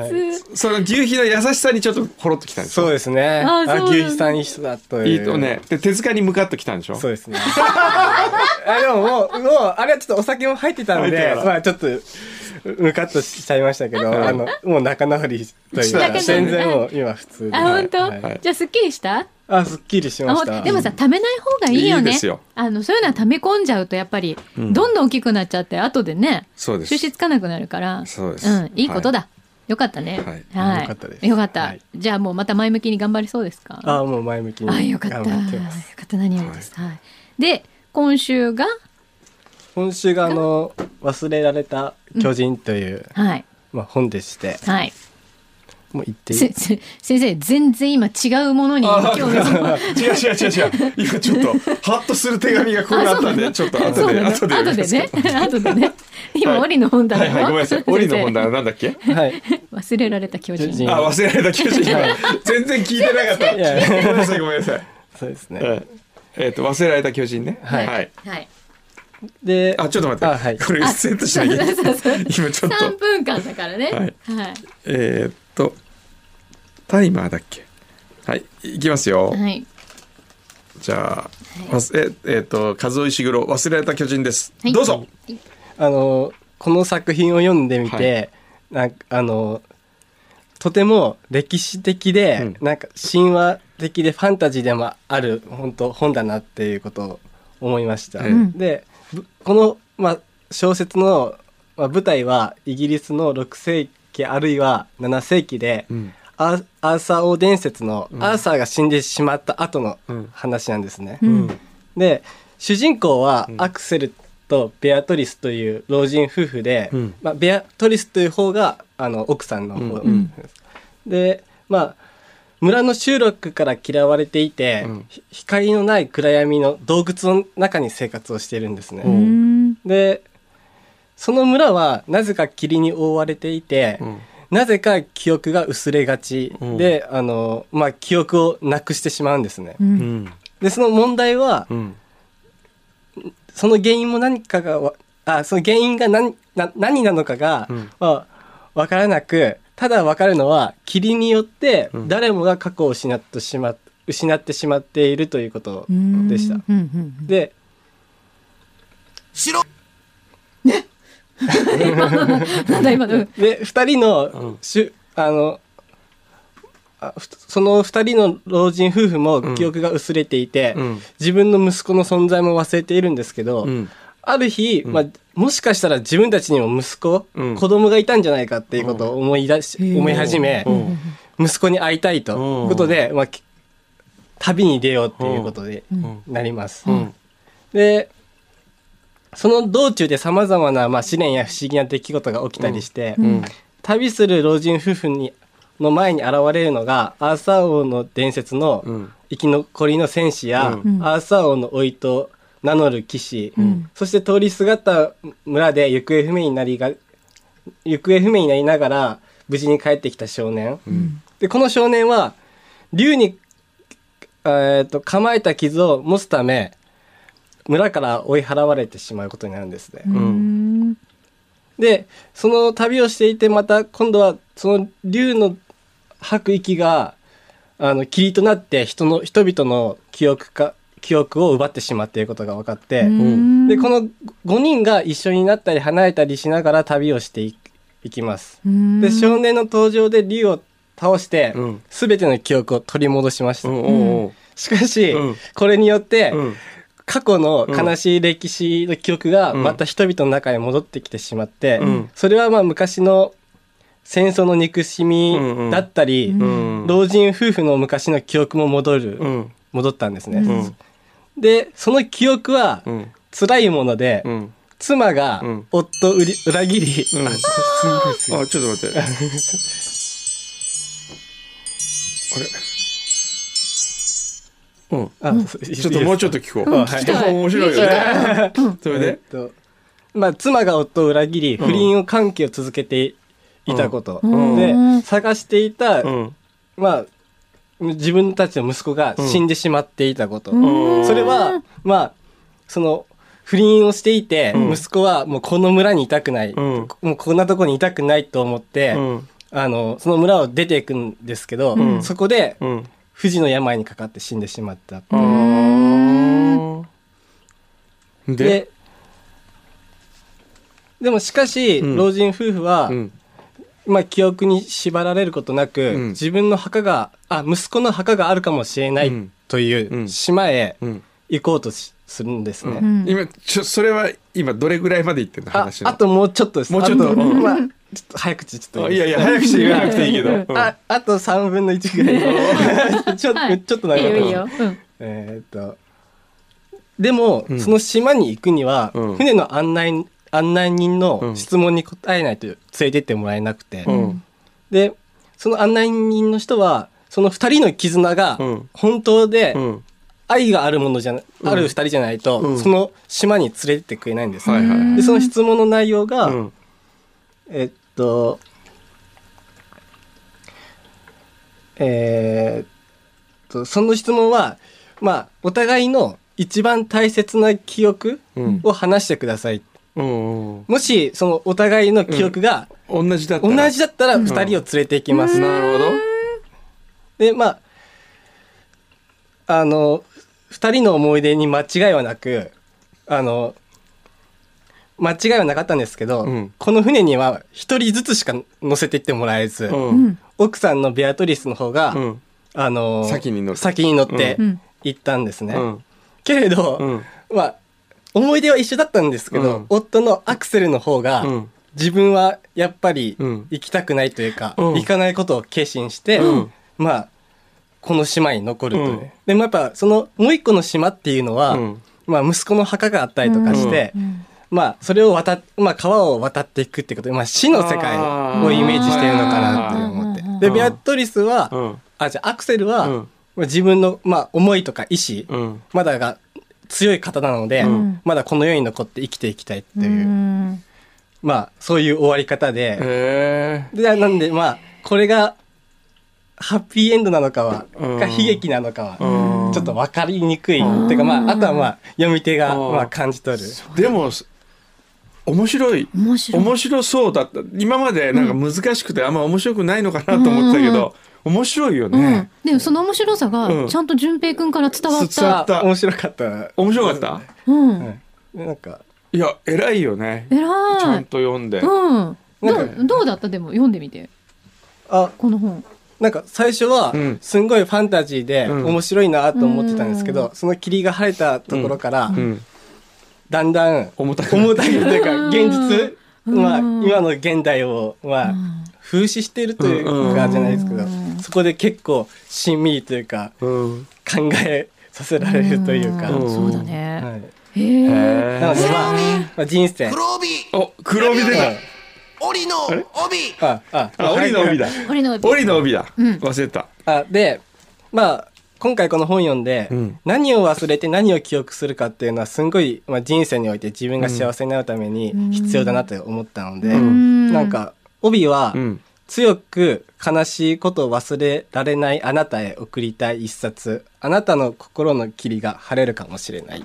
Speaker 1: その牛皮の優しさにちょっとほろっときたんでしょ
Speaker 5: そうですね
Speaker 2: あそうな
Speaker 5: あ
Speaker 2: んだ
Speaker 5: 牛肥さんいい人だと
Speaker 1: い
Speaker 5: い
Speaker 1: いと
Speaker 5: う
Speaker 1: ねで手塚に向かってきたんでしょ
Speaker 5: そうですね あでももうもうあれはちょっとお酒も入ってたん
Speaker 1: 入って
Speaker 5: で
Speaker 1: たから
Speaker 5: まあちょっとムカッとしちゃいましたけど、あのもう仲直りという
Speaker 1: 仲直
Speaker 5: か
Speaker 1: り
Speaker 5: 全然もう今普通で
Speaker 2: あ、本当、
Speaker 5: はいはい
Speaker 2: じゃあすっきりした
Speaker 5: あすっきりし
Speaker 2: あ
Speaker 5: ま
Speaker 2: ほ
Speaker 5: し
Speaker 2: ん
Speaker 5: た
Speaker 2: でもさ、溜めない方がいいよね。
Speaker 1: いいですよ
Speaker 2: あの、そういうのは溜め込んじゃうと、やっぱり、どんどん大きくなっちゃって、後でね、
Speaker 1: そうです
Speaker 2: 収拾つかなくなるから。
Speaker 1: そうです
Speaker 2: ん、いいことだ。よかったね。
Speaker 1: はい
Speaker 5: よかったです
Speaker 2: よかった
Speaker 5: はい
Speaker 2: じゃあもうまた前向きに頑張りそうですか。
Speaker 5: あもう前向きに
Speaker 2: あ、よか
Speaker 5: 頑
Speaker 2: った。よ
Speaker 5: 張ってます
Speaker 2: かった、何よりです。はい。で、今週が、
Speaker 5: 今週があの「忘れられた巨人」という、
Speaker 2: はい。
Speaker 5: まあ、本でして
Speaker 2: はい。
Speaker 5: もう言ってい
Speaker 2: せ
Speaker 5: い
Speaker 2: せ先生、全然今違うものに
Speaker 1: あ
Speaker 2: 興味が。
Speaker 1: 違う違う違う違う今ちょっとハッとする手紙がここにあったんでちょっと後
Speaker 2: そう
Speaker 1: で
Speaker 2: なの。後
Speaker 1: 後で読みま
Speaker 2: で
Speaker 1: す
Speaker 2: ね。 後でね。今、
Speaker 1: はい
Speaker 2: 檻の本
Speaker 1: は
Speaker 2: 棚
Speaker 1: いはいごめんなさい
Speaker 2: 先生
Speaker 1: 檻の本棚なんだっけ
Speaker 5: はい
Speaker 2: 忘れられた巨人。
Speaker 5: 巨人
Speaker 1: あ忘れられた巨人
Speaker 5: はい
Speaker 1: 全然聞いてなかった
Speaker 5: いや
Speaker 1: ごめんなさいごめんなさい
Speaker 5: そうですね、
Speaker 1: えええっと忘れられた巨人ね
Speaker 5: はい
Speaker 1: はい
Speaker 2: はい。
Speaker 5: で
Speaker 1: あちょっと待
Speaker 5: あ
Speaker 1: っ
Speaker 5: は
Speaker 1: て
Speaker 5: い
Speaker 1: これセットしなきゃいけない今ちょっ
Speaker 2: 三
Speaker 1: と
Speaker 2: 分間だから
Speaker 1: は
Speaker 2: ね。
Speaker 1: い
Speaker 2: はい。
Speaker 1: えーっとタイマーだっけはいいきますよ
Speaker 2: はい。
Speaker 1: じゃあわすええーっと和尾石黒忘れられた巨人です
Speaker 2: はい
Speaker 1: どうぞ
Speaker 5: あのこの作品を読んでみて、なんかあのとても歴史的で、なんか神話的でファンタジーでもある本当本だなっていうことを思いました。
Speaker 1: ええ
Speaker 5: でぶこの、まあ、小説の、まあ、舞台はイギリスの6世紀あるいは7世紀で、
Speaker 1: うん
Speaker 5: アーアーサー王伝説のアーサーが死んでしまった後の
Speaker 1: うん
Speaker 5: 話なんですね。
Speaker 2: うん。
Speaker 5: で主人公はアクセルとベアトリスという老人夫婦で、
Speaker 1: うん
Speaker 5: まあ、ベアトリスという方があの奥さんの方、
Speaker 1: うんうん
Speaker 5: でまあ村の集落から嫌われていて、
Speaker 1: うん
Speaker 5: ひ光のない暗闇の洞窟の中に生活をしているんですね。
Speaker 2: うーん。
Speaker 5: でその村はなぜか霧に覆われていて、
Speaker 1: うん
Speaker 5: なぜか記憶が薄れがち
Speaker 1: うん
Speaker 5: で、あのまあ、記憶をなくしてしまうんですね。
Speaker 2: うん
Speaker 1: うん
Speaker 5: でその問題は、
Speaker 1: うん
Speaker 5: その原因も何かがわあその原因が何な何なのかが、
Speaker 1: うん
Speaker 5: まあ、分からなくただ分かるのは霧によって
Speaker 1: うん
Speaker 5: 誰もが過去を失ってしま失ってしまっているということ
Speaker 2: うーん
Speaker 5: でした。
Speaker 2: うんうん
Speaker 5: で
Speaker 3: 白
Speaker 2: うん。なんだ今の。うん
Speaker 5: で2人
Speaker 1: うん
Speaker 5: のしゅ、あのあふその2人の老人夫婦も記憶が薄れていて、
Speaker 1: うん
Speaker 5: 自分の息子の存在も忘れているんですけど、
Speaker 1: うん
Speaker 5: ある日、
Speaker 1: ん
Speaker 5: まあ、もしかしたら自分たちにも息子、
Speaker 1: うん
Speaker 5: 子供がいたんじゃないかっていうことを思い出し、
Speaker 2: うん
Speaker 5: 思い始め
Speaker 1: う、ん
Speaker 5: 息子に会いたいと
Speaker 1: うん
Speaker 5: いうことで、まあ、き旅に出ようっていうことで
Speaker 1: ん
Speaker 5: なります。
Speaker 1: うん
Speaker 5: でその道中でさまざまな、まあ、試練や不思議な出来事が起きたりして、
Speaker 1: うん
Speaker 5: 旅する老人夫婦にの前に現れるのがアーサー王の伝説の
Speaker 1: うん
Speaker 5: 生き残りの戦士や、
Speaker 1: うん
Speaker 5: アーサー王の老いと名乗る騎士、
Speaker 2: ん
Speaker 5: そして通りすがった村で行方不明になりが行方不明になりながら無事に帰ってきた少年、でこの少年は竜に、えー、と構えた傷を持つため村から追い払われてしまうことになるんですね。
Speaker 2: うーん。
Speaker 5: でその旅をしていてまた今度はその竜の吐く息があの霧となって人の人々の記憶か記憶を奪ってしまっていることが分かって、
Speaker 2: うん
Speaker 5: でこの5人が一緒になったり離れたりしながら旅をしていいきます。
Speaker 2: うん
Speaker 5: で少年の登場で竜を倒して、
Speaker 1: うん
Speaker 5: 全ての記憶を取り戻しました。
Speaker 1: うんうん
Speaker 5: しかし、
Speaker 1: うん
Speaker 5: これによって、
Speaker 1: うん
Speaker 5: 過去の悲しい歴史の記憶が
Speaker 1: うん
Speaker 5: また人々の中に戻ってきてしまって、
Speaker 1: うん
Speaker 5: それはまあ昔の戦争の憎しみ
Speaker 1: うんうん
Speaker 5: だったり、
Speaker 1: うん
Speaker 5: 老人夫婦の昔の記憶も戻る、
Speaker 1: うん
Speaker 5: 戻ったんですね。
Speaker 1: うん
Speaker 5: でその記憶は
Speaker 1: うん
Speaker 5: 辛いもので、
Speaker 1: うん
Speaker 5: 妻が
Speaker 1: うん
Speaker 5: 夫を売り裏切り、
Speaker 1: うん
Speaker 5: あすんごいすごい
Speaker 1: あ、 ちょっと待って。あれ。うん。
Speaker 5: あそう
Speaker 1: ちょっともうちょっと聞こう。
Speaker 5: うん
Speaker 1: 聞いた方が面白いよね。それ
Speaker 5: えっ
Speaker 1: で。
Speaker 5: とまあ、妻が夫を裏切り、
Speaker 1: うん
Speaker 5: 不倫を関係を続けていたこと。
Speaker 2: うんうん
Speaker 5: で、探していた、
Speaker 1: うん
Speaker 5: まあ、自分たちの息子が死んでしまっていたこと。
Speaker 1: うん
Speaker 5: それは、まあ、その、不倫をしていて、
Speaker 1: うん
Speaker 5: 息子はもうこの村にいたくない、
Speaker 1: うん
Speaker 5: もうこんなとこにいたくないと思って、
Speaker 1: うん
Speaker 5: あの、その村を出ていくんですけど、
Speaker 1: うん
Speaker 5: そこで、
Speaker 1: うん
Speaker 5: 富士の病にかかって死んでしまった。
Speaker 1: あーで、
Speaker 5: で、でもしかし、
Speaker 1: うん
Speaker 5: 老人夫婦は、
Speaker 1: うん
Speaker 5: まあ、記憶に縛られることなく、
Speaker 1: ん
Speaker 5: 自分の墓が、あ、息子の墓があるかもしれな
Speaker 1: う
Speaker 5: い
Speaker 1: ん
Speaker 5: といううん島へ
Speaker 1: うん
Speaker 5: 行こうとしするんですね。
Speaker 2: ん
Speaker 1: 今ちょそれは今どれぐらいまでいってんの
Speaker 5: あ
Speaker 1: 話の
Speaker 5: あともうちょっとです。
Speaker 1: もうちょっと
Speaker 5: あ
Speaker 1: うん
Speaker 5: まあ、ちょっと早口ちょっ
Speaker 1: あ
Speaker 5: とい
Speaker 1: い
Speaker 5: い
Speaker 1: やいや早口言わなくていいけど、うん
Speaker 5: ああと3分の1ぐらい ちょ
Speaker 2: は
Speaker 5: ちょっと長かった
Speaker 2: いいよいいよ。
Speaker 5: えーっとでも、
Speaker 1: うん
Speaker 5: その島に行くには、
Speaker 1: うん
Speaker 5: 船の案内案内人
Speaker 1: う
Speaker 5: の
Speaker 1: ん
Speaker 5: 質問に答えないと連れてってもらえなくて、
Speaker 1: うん
Speaker 5: でその案内人の人はその2人の絆が
Speaker 1: うん
Speaker 5: 本当で
Speaker 1: うん
Speaker 5: 愛があるものじゃな、ある2人じゃないと、
Speaker 1: うん
Speaker 5: その島に連れてってくれないんです、
Speaker 1: はいはい
Speaker 5: でその質問の内容が、
Speaker 1: うん
Speaker 5: えっと、えーっと、その質問は、まあ、お互いの一番大切な記憶
Speaker 1: うん
Speaker 5: を話してください。
Speaker 1: うん
Speaker 5: もし、そのお互いの記憶が
Speaker 1: 同じだった
Speaker 5: 同
Speaker 1: ら
Speaker 5: じだったら、二人を連れて行きます。
Speaker 1: なるほど
Speaker 5: で、まあ、あの、二人の思い出に間違いはなく、あの、間違いはなかったんですけど、
Speaker 1: うん
Speaker 5: この船には一人ずつしか乗せていってもらえず、
Speaker 1: う
Speaker 2: うんん
Speaker 5: 奥さんのベアトリスの方が、
Speaker 1: うん
Speaker 5: あのー
Speaker 1: 先に乗る
Speaker 5: 先に乗って
Speaker 2: うん
Speaker 5: 行ったんですね、
Speaker 1: うん
Speaker 5: けれど、
Speaker 1: うん
Speaker 5: まあ思い出は一緒だったんですけど、
Speaker 1: うん
Speaker 5: 夫のアクセルの方が、
Speaker 1: うん
Speaker 5: 自分はやっぱり
Speaker 1: うん
Speaker 5: 行きたくないというか、
Speaker 1: うん
Speaker 5: 行かないことを決心して、
Speaker 1: うん
Speaker 5: まあこの島に残るという、
Speaker 1: うん
Speaker 5: でもやっぱそのもう一個の島っていうのは、
Speaker 1: うん
Speaker 5: まあ、息子の墓があったりとかして、
Speaker 2: うん
Speaker 5: まあ、それを渡っ、まあ、川を渡っていくってことで、まあ、死の世界をイメージしてるのかなって思って
Speaker 2: あー。
Speaker 5: で、ベアトリスは、
Speaker 1: うん
Speaker 5: あ、じゃあアクセルは、
Speaker 1: うん
Speaker 5: まあ自分の、まあ、思いとか意志、
Speaker 1: うん
Speaker 5: まだが強い方なので、
Speaker 2: うん
Speaker 5: まだこの世に残って生きていきたいって
Speaker 2: う
Speaker 5: いう、
Speaker 2: ん
Speaker 5: まあ、そういう終わり方で、
Speaker 1: へえ
Speaker 5: で、なんで、まあ、これが、ハッピーエンドなのかは、
Speaker 1: うん
Speaker 5: が悲劇なのかは、
Speaker 1: うん
Speaker 5: ちょっと分かりにくい。っていうか、まあ、あとはまあ、読み手が、
Speaker 1: うん
Speaker 5: まあ、感じ取る。
Speaker 1: でも面白い
Speaker 2: 面白い。
Speaker 1: 面白そうだった今までなんか難しくてあんま面白くないのかなと思ってたけど、面白いよ
Speaker 2: うん
Speaker 1: ね、、
Speaker 2: でもその面白さ
Speaker 1: う
Speaker 2: が
Speaker 1: ん
Speaker 2: ちゃんと淳平くんから伝わっ
Speaker 1: 伝わ
Speaker 2: た。
Speaker 1: あった
Speaker 5: あ面白かった。
Speaker 1: 面白かった
Speaker 2: うん、
Speaker 5: はいなんか、
Speaker 1: いや偉いよね
Speaker 2: 偉
Speaker 1: ちゃ
Speaker 2: い
Speaker 1: ん。と読んで、
Speaker 2: うん。ど
Speaker 5: なん
Speaker 2: うどうだったでも読んでみて
Speaker 5: あ、
Speaker 2: この本。
Speaker 5: なんか最初は
Speaker 1: うん、
Speaker 5: すんごいファンタジーで
Speaker 1: うん
Speaker 5: 面白いなと思ってたんですけど、その霧が晴れたところから
Speaker 1: う、ん、
Speaker 5: だんだん
Speaker 1: 重たく
Speaker 5: 重たいというか、現実、
Speaker 2: うん
Speaker 5: まあ、今の現代を、まあ、風刺しているというか、じゃないですけど
Speaker 2: う、ん
Speaker 5: そこで結構、しんみりというか、
Speaker 1: うん、
Speaker 5: 考えさせられるというか、
Speaker 1: うん
Speaker 5: は
Speaker 2: そうだね。
Speaker 5: い。
Speaker 2: へ
Speaker 1: へ
Speaker 2: え。
Speaker 1: え
Speaker 5: なので、まあ、まあ人生、
Speaker 3: 黒帯
Speaker 1: お黒帯出た
Speaker 3: 檻の帯
Speaker 5: あ、あ、
Speaker 1: あ織の帯だ
Speaker 2: 俺の
Speaker 1: 織の帯だ、
Speaker 2: うん
Speaker 1: 忘れてた
Speaker 5: あでまあ今回この本読んで、
Speaker 1: うん
Speaker 5: 何を忘れて何を記憶するかっていうのはすんごい、まあ、人生において自分が幸せになるために必要だなと思ったので、
Speaker 2: ん
Speaker 5: なんか帯は、
Speaker 1: うん
Speaker 5: 強く悲しいことを忘れられないあなたへ送りたい一冊あなたの心の霧が晴れるかもしれない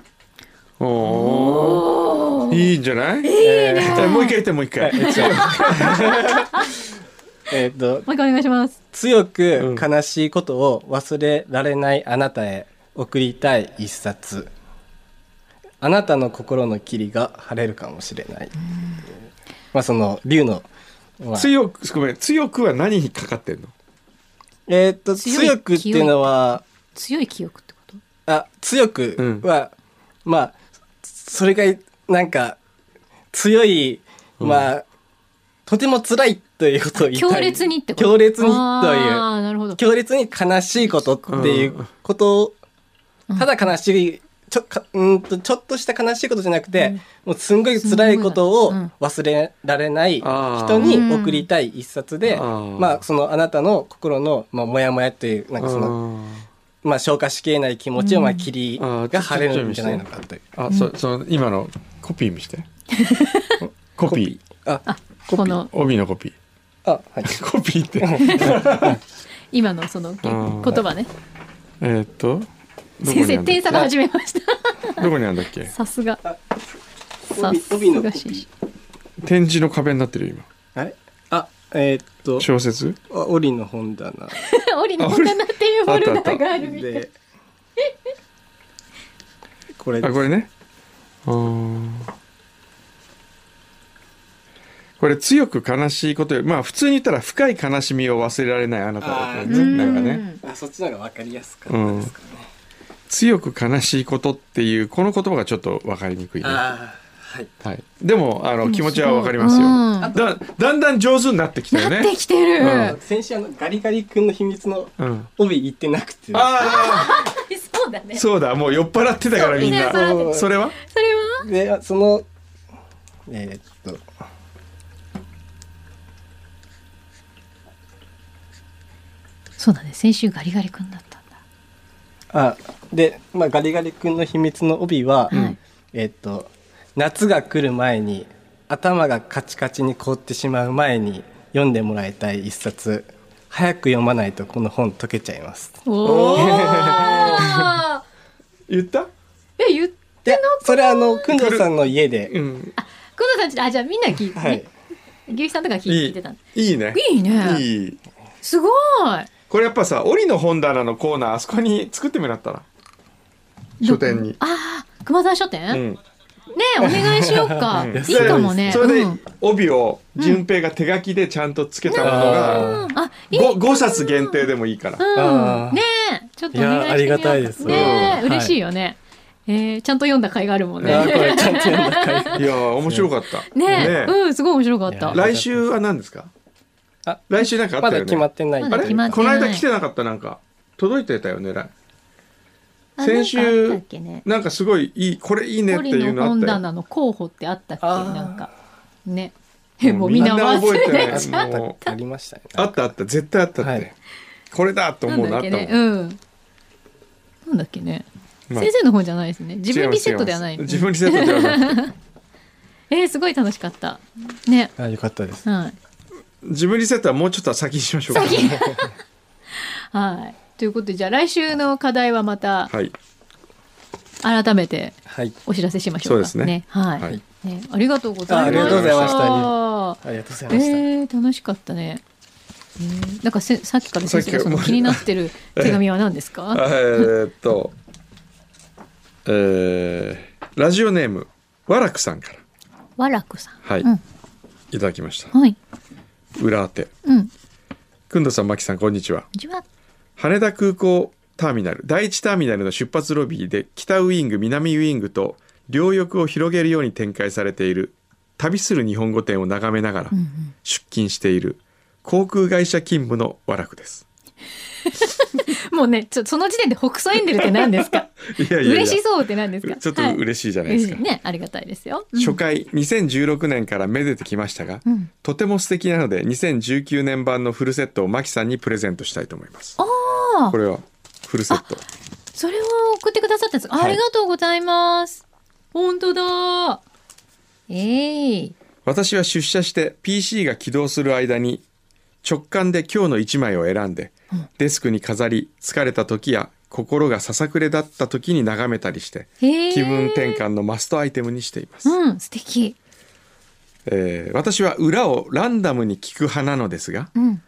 Speaker 1: おおーいいんじゃない、えもう一回言ってもう一回、
Speaker 5: えっと
Speaker 2: もう一回お願いします。
Speaker 5: 強く悲しいことを忘れられないあなたへ送りたい一冊あなたの心の霧が晴れるかもしれない、まあその竜の、まあ
Speaker 1: 強くごめん強くは何にかかってんの
Speaker 5: えーっと
Speaker 2: 強い
Speaker 5: 強くっていうのは
Speaker 2: 強い記憶ってこと。
Speaker 5: あ強くは、まあそれがなんか強いまあ、とても辛いということを言いたい
Speaker 2: 強烈にってこと。
Speaker 5: 強烈にという
Speaker 2: ああなるほど。
Speaker 5: 強烈に悲しいことっていうことを、ただ悲しいちょかうんとちょっとした悲しいことじゃなくて、もうすんごい辛いことを
Speaker 2: うん
Speaker 5: 忘れられない人に送りたい一冊で、
Speaker 1: あー
Speaker 5: まあそのあなたの心の、まあ、モヤモヤっていうなんかその、まあ、消化しきれない気持ちを、まあ、霧
Speaker 1: あー
Speaker 5: が晴れるんじゃないのかという。
Speaker 1: あ、そその今のコピー見してコピ
Speaker 5: あ、あ、
Speaker 2: この
Speaker 1: ー帯のコピ
Speaker 5: はい。
Speaker 1: ーコピーって
Speaker 2: 今のその言
Speaker 1: ん
Speaker 2: 葉ね
Speaker 1: えーっとどこ
Speaker 2: 先
Speaker 1: にあんだ
Speaker 2: 生
Speaker 1: っ
Speaker 2: 添
Speaker 1: け
Speaker 2: 削始めました
Speaker 1: どこにあんだっけ
Speaker 2: さすが さ
Speaker 5: 帯帯
Speaker 2: す
Speaker 5: の
Speaker 2: が
Speaker 5: コピー
Speaker 2: し
Speaker 1: 展示の壁になってるよ
Speaker 5: あれあ、えーっと
Speaker 1: 今、小説
Speaker 5: あ檻の本棚
Speaker 2: オリの棚っていうフォルダがあるみたい
Speaker 5: で、これで
Speaker 1: あ
Speaker 5: す
Speaker 1: これねあーこれ強く悲しいことよりまあ普通に言ったら深い悲しみを忘れられないあなただった
Speaker 5: う
Speaker 1: ねなんかね
Speaker 5: あ、そっちの方がわかりやすかったですかね。
Speaker 1: 強く悲しいことっていうこの言葉がちょっと分かりにくいね、は
Speaker 5: ああ、はい。
Speaker 1: い、でもあの
Speaker 2: うん
Speaker 1: 気持ちは分かりますよ、
Speaker 2: うん
Speaker 1: だだんだん上手になってきたよね
Speaker 2: なってきてる、
Speaker 1: うん
Speaker 5: 先週あのガリガリ君の秘密の
Speaker 1: うん、
Speaker 5: 帯言ってなくて、
Speaker 1: あ
Speaker 2: そうだね
Speaker 1: あ
Speaker 2: そ
Speaker 1: そうだもう酔っ払ってたからみんな
Speaker 2: そうみんな酔っ
Speaker 5: 払ってた
Speaker 1: それは
Speaker 2: れは
Speaker 5: であそのえーっと
Speaker 2: そうだね先週ガリガリ君だったんだ
Speaker 5: あでまあガリガリ君の秘密の帯は、
Speaker 2: はい
Speaker 5: えーっと夏が来る前に頭がカチカチに凍ってしまう前に読んでもらいたい一冊早く読まないとこの本溶けちゃいます。
Speaker 2: おお
Speaker 1: 言った
Speaker 2: え言っ
Speaker 5: いやそれはあの工藤さんの家で、
Speaker 1: うん
Speaker 2: 久野さんちあじゃあみんな聞いて、ね
Speaker 5: はい。
Speaker 2: 牛さんとか
Speaker 1: い
Speaker 2: 聞い
Speaker 1: い
Speaker 2: てたの
Speaker 1: いいね
Speaker 2: いいね
Speaker 1: いい
Speaker 2: すごい
Speaker 1: これやっぱさ「檻の本棚」のコーナーあそこに作ってもらったら書店に
Speaker 2: ああ熊沢書店、
Speaker 1: う
Speaker 2: ね
Speaker 1: ん
Speaker 2: お願いしようかいい
Speaker 1: それ
Speaker 2: かもね
Speaker 1: それで、
Speaker 2: うん
Speaker 1: 帯を順平が手書きでちゃんとつけたもの
Speaker 5: あ
Speaker 1: が、
Speaker 2: あいい
Speaker 1: 五5冊限定でもいいから、
Speaker 5: あ
Speaker 2: う
Speaker 5: ー
Speaker 2: んねえちょっとお願いしてみよう
Speaker 5: い
Speaker 2: か
Speaker 5: やありがたいです
Speaker 2: ねえ、
Speaker 5: うん
Speaker 2: 嬉しいよね、えーちゃんと読んだ甲斐があるもん
Speaker 5: あーこ
Speaker 2: ね
Speaker 5: れちゃんと読んだ回
Speaker 1: いやー面白かった
Speaker 2: ねえ、うんすごい面白かっ
Speaker 5: い
Speaker 2: た
Speaker 5: や
Speaker 2: ま
Speaker 1: 来週は何ですか
Speaker 5: あ
Speaker 1: 来週なんかあ
Speaker 5: ま
Speaker 1: った
Speaker 5: だ
Speaker 1: よ
Speaker 5: 決
Speaker 1: ね、
Speaker 5: まってない。
Speaker 2: ま
Speaker 1: あ
Speaker 2: だ
Speaker 1: れ
Speaker 2: 決まって
Speaker 1: この
Speaker 2: ない
Speaker 1: 間来てなかったなんか届いてたよね来
Speaker 2: あ
Speaker 1: 先週
Speaker 2: なんかあったっけね
Speaker 1: なんかすごいいいこれいいねってい
Speaker 2: 堀
Speaker 1: う
Speaker 2: の
Speaker 1: のあっ
Speaker 2: 本
Speaker 1: て
Speaker 2: 棚の候補ってあったっけ
Speaker 5: あー
Speaker 2: なんかねえ もうみんな忘れ
Speaker 1: みんな覚え
Speaker 2: て
Speaker 1: て
Speaker 2: ち
Speaker 1: な
Speaker 2: ゃ
Speaker 1: い
Speaker 2: った
Speaker 1: もう
Speaker 5: ありましたね。
Speaker 1: あったあった絶対あったって、
Speaker 5: はい
Speaker 1: これだと
Speaker 2: な
Speaker 1: 思うんのあ
Speaker 2: だっ
Speaker 1: った
Speaker 2: け
Speaker 1: も
Speaker 2: ね
Speaker 1: ん
Speaker 2: うんなんだっけね、
Speaker 1: まあ
Speaker 2: 先生の本じゃないですね自分リセットではない
Speaker 1: 違います違います自分リセットではない
Speaker 2: えー、すごい楽しかったね
Speaker 5: あ、よかったです。
Speaker 2: はい
Speaker 1: 自分リセットはもうちょっと先にしましょうか
Speaker 2: はいということでじゃあ来週の課題はまた
Speaker 1: はい
Speaker 2: 改めて
Speaker 5: はい。
Speaker 2: お知らせしましょう
Speaker 1: そ
Speaker 2: か。
Speaker 1: うですね
Speaker 2: はい、
Speaker 1: はい
Speaker 2: ね。ありがとうございました。
Speaker 5: あありがとうございました
Speaker 2: した。
Speaker 5: ありがとうございました。
Speaker 2: えー、楽しかったね。えーなんかせさっきから先生がその
Speaker 1: さっきからもう
Speaker 2: 気になってる手紙は何で す
Speaker 1: え
Speaker 2: か？
Speaker 1: ーっと、えーラジオネーム、わらくさんから、
Speaker 2: わらくさん。
Speaker 1: はい、
Speaker 2: うん
Speaker 1: いただきました。
Speaker 2: はい。
Speaker 1: 裏当て。
Speaker 2: うん。
Speaker 1: くんどさん、まきさん、こんにちは。
Speaker 2: じわ。
Speaker 1: 羽田空港ターミナル、第一ターミナルの出発ロビーで、北ウイング、南ウイングと、両翼を広げるように展開されている、旅する日本語展を眺めながら、出勤している、航空会社勤務のわらくです。
Speaker 2: もうね、ちょその時点で北斎エンデルって何ですか？
Speaker 1: いやいやいや
Speaker 2: 嬉しそうって何ですか？
Speaker 1: ちょっと嬉しいじゃないですか。
Speaker 2: はい、嬉しいね、ありがたいですよ。うん
Speaker 1: 初回2016年からめでてきましたが、
Speaker 2: うん
Speaker 1: とても素敵なので2019年版のフルセットをマキさんにプレゼントしたいと思います
Speaker 2: あ
Speaker 1: これはフルセット
Speaker 2: それを送ってくださったんですか。あ
Speaker 1: はい
Speaker 2: りがとうございます。本当だ。ええー。
Speaker 1: 私は出社して PC が起動する間に直感で今日の1枚を選んで、デスクに飾り疲れた時や心がささくれだった時に眺めたりして
Speaker 2: へー
Speaker 1: 気分転換のマストアイテムにしています、
Speaker 2: うん、素敵。
Speaker 1: えー私は裏をランダムに聞く派なのですが
Speaker 2: うん。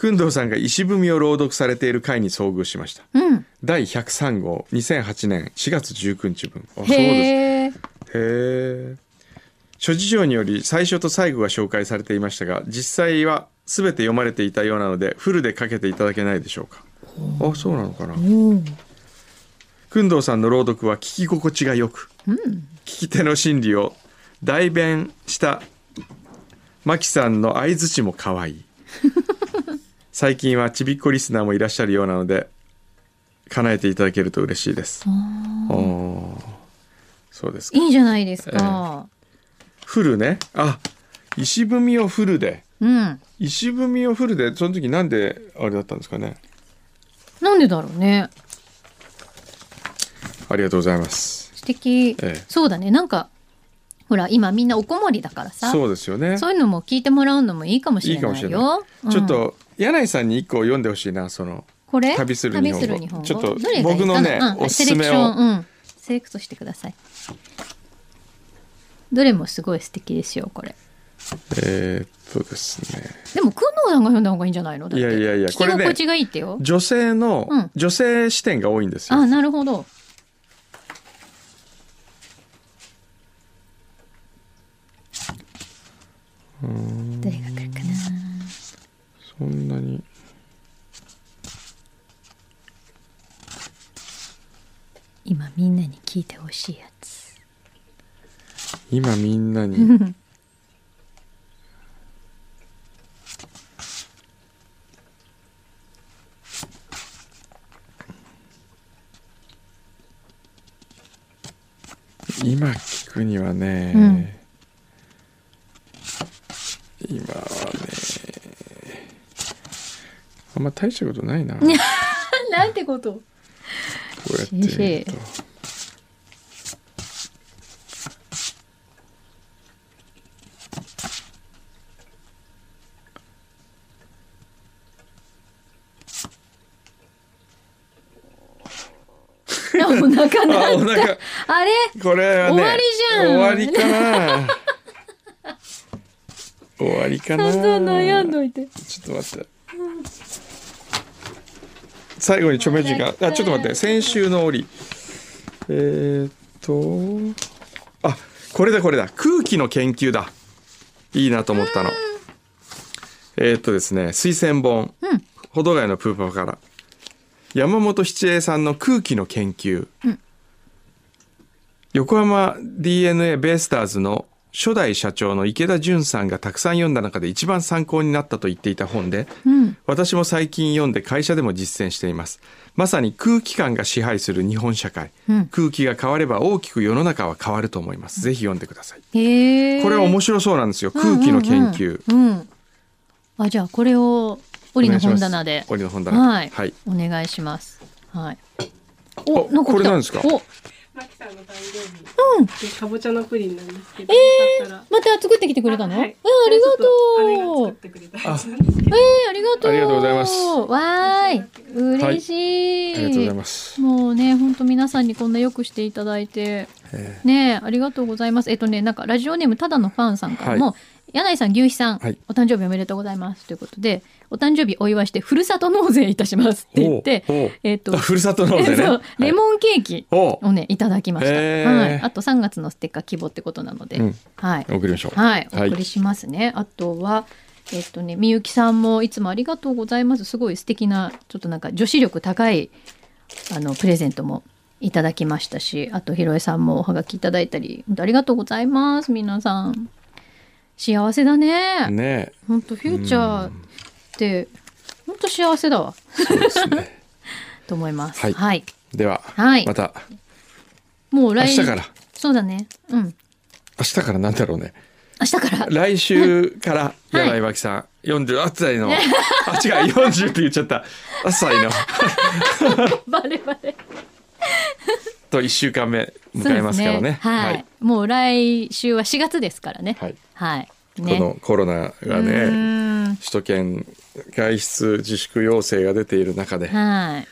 Speaker 1: 工藤さんが石踏みを朗読されている回に遭遇しました
Speaker 2: うん。
Speaker 1: 第103号2008年4月19日分あそうで
Speaker 2: へえ。
Speaker 1: すへえ諸事情により最初と最後が紹介されていましたが実際は全て読まれていたようなのでフルでかけていただけないでしょうかあそうなのかな工藤さんの朗読は聞き心地がよく、聞き手の心理を代弁したマキさんの相づちも可愛 い最近はちびっこリスナーもいらっしゃるようなので叶えていただけると嬉しいですあーそうですか
Speaker 2: いいじゃないですか。
Speaker 1: フルねあ石踏みをフルで
Speaker 2: うん。
Speaker 1: 石踏みをフルでその時なんであれだったんですかね
Speaker 2: なんでだろうね。
Speaker 1: ありがとうございます
Speaker 2: 素敵。
Speaker 1: ええ
Speaker 2: そうだね。なんか、ほら今みんなおこもりだからさ
Speaker 1: そうですよね
Speaker 2: そういうのも聞いてもらうのもいいかもしれないよ
Speaker 1: いいかもしれな
Speaker 2: うん
Speaker 1: ちょっと柳井さんに一個読んでほしいなその
Speaker 2: これ
Speaker 1: 旅する日本語ちょっと
Speaker 2: どれがいい
Speaker 1: 僕
Speaker 2: か
Speaker 1: の
Speaker 2: な
Speaker 1: ね
Speaker 2: うん
Speaker 1: おすすめを
Speaker 2: セレクションうんセレクトしてくださいどれもすごい素敵ですよこれ
Speaker 1: えーっとですね
Speaker 2: でも工藤さんが読んだ方がいいんじゃないのだって
Speaker 1: いやいやいや
Speaker 2: 聞き
Speaker 1: これね
Speaker 2: 心地がいいってよ、
Speaker 1: 女性の、
Speaker 2: うん
Speaker 1: 女性視点が多いんですよ
Speaker 2: あなるほどどれが来るかな
Speaker 1: そんなに
Speaker 2: 今みんなに聞いてほしいやつ
Speaker 1: 今みんなに今聞くにはね、今はねあんま大したことないなこうや
Speaker 2: なんてこと
Speaker 1: って見ると。
Speaker 2: お腹な
Speaker 1: あお腹
Speaker 2: あれ
Speaker 1: これはね
Speaker 2: 終わり
Speaker 1: 終わ
Speaker 2: じゃん
Speaker 1: りかな 終わりかな
Speaker 2: 散々悩んどいて
Speaker 1: ちょっと待って最後に著名人があちょっと待って先週の折えー、っとあこれだこれだ空気の研究だいいなと思ったのえー、っとですね推薦本
Speaker 2: うん
Speaker 1: 「保土ヶ谷のプーパー」から山本七恵さんの空気の研究、横浜 DNA ベイスターズの初代社長の池田純さんがたくさん読んだ中で一番参考になったと言っていた本で、
Speaker 2: うん
Speaker 1: 私も最近読んで会社でも実践していますまさに空気感が支配する日本社会、
Speaker 2: うん
Speaker 1: 空気が変われば大きく世の中は変わると思いますぜひ読んでください
Speaker 2: へえ
Speaker 1: これ面白そうなんですよ空気の研究、
Speaker 2: うんうんうんうんあじゃあこれを折の本棚で
Speaker 1: お願いします折の本棚で
Speaker 2: はい、
Speaker 1: はい
Speaker 2: お願いしますはい
Speaker 1: おこれなんですか
Speaker 2: お
Speaker 6: マキさんの誕生日、でかぼちゃのプリンなんですけど、よかったら
Speaker 2: また作ってきてくれたの、
Speaker 6: は
Speaker 2: え
Speaker 6: い
Speaker 2: ありが
Speaker 6: ちょっ姉が
Speaker 2: と
Speaker 6: 作っ
Speaker 2: う
Speaker 6: てくれたやつなん
Speaker 2: えー、ありがとう
Speaker 1: ありがとうございます
Speaker 2: わーい嬉しい、
Speaker 1: ありがとうございます
Speaker 2: もうね、本当皆さんにこんなよくしていただいて、ねえ、ありがとうございます。えっとね、なんかラジオネームただのファンさんからも、
Speaker 1: は
Speaker 2: 柳井さん、牛肥さん、
Speaker 1: はい
Speaker 2: お誕生日おめでとうございますということで、お誕生日お祝いしてふるさと納税いたしますって言って
Speaker 1: おうおう、
Speaker 2: えっと、
Speaker 1: ふるさと納税ね
Speaker 2: そう
Speaker 1: はい
Speaker 2: レモンケーキ
Speaker 1: おう
Speaker 2: をねいただきました。
Speaker 1: へえ
Speaker 2: はい。あと3月のステッカー希望ってことなので、
Speaker 1: うん
Speaker 2: はい。
Speaker 1: 送りましょう
Speaker 2: はい、お
Speaker 1: はい
Speaker 2: 送りしますね。あとは、えっとね、みゆきさんもいつもありがとうございます。すごい素敵な、ちょっとなんか女子力高い、あの、プレゼントもいただきましたし、あと、ひろえさんもおはがきいただいたり、本当ありがとうございます、皆さん。幸せだね。
Speaker 1: ねえ
Speaker 2: 本当フューチャーって、本当幸せだわ。
Speaker 1: そうですね
Speaker 2: と思います。
Speaker 1: はい
Speaker 2: はい。
Speaker 1: では、
Speaker 2: はい
Speaker 1: また
Speaker 2: もう
Speaker 1: 明
Speaker 2: 来
Speaker 1: 日から
Speaker 2: そうだね。うん。
Speaker 1: 明日からなんだろうね
Speaker 2: 明日から。
Speaker 1: 来週から
Speaker 2: い
Speaker 1: 柳井真紀さん、48歳の あ違う40って言っちゃった8歳の
Speaker 2: バレバレ。
Speaker 1: と1週間目
Speaker 2: そう
Speaker 1: 迎
Speaker 2: で
Speaker 1: えますからね
Speaker 2: はい。もう来週は4月ですからね。
Speaker 1: はい
Speaker 2: はい。
Speaker 1: このコロナが
Speaker 2: う
Speaker 1: ね
Speaker 2: ーん
Speaker 1: 首都圏外出自粛要請が出ている中で
Speaker 2: はい。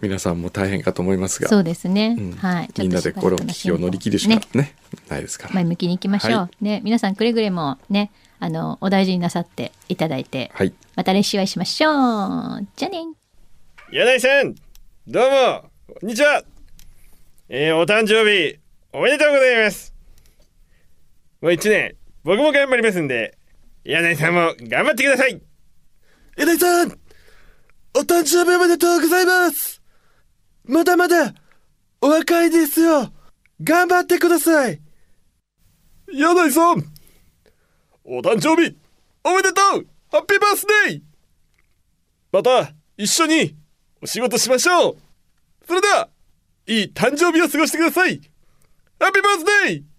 Speaker 1: 皆さんも大変かと思いますが
Speaker 2: そうですね。
Speaker 1: うん
Speaker 2: はい。
Speaker 1: みんなでこれを危機を乗り切るしかね
Speaker 2: ね
Speaker 1: ないですから、
Speaker 2: 前向きに行きましょう。
Speaker 1: は
Speaker 2: ね。皆さんくれぐれもね、あの、お大事になさっていただいて、
Speaker 1: はい
Speaker 2: また来週お会いしましょう。じゃあね。
Speaker 7: 柳井さんどうもこんにちは、えー、お誕生日おめでとうございますもう一年僕も頑張りますんで柳井さんも頑張ってください
Speaker 3: 柳井さんお誕生日おめでとうございますまだまだお若いですよ頑張ってください
Speaker 7: 柳井さんお誕生日おめでとうハッピーバースデーまた一緒にお仕事しましょうそれではいい誕生日を過ごしてくださいハッピーバースデー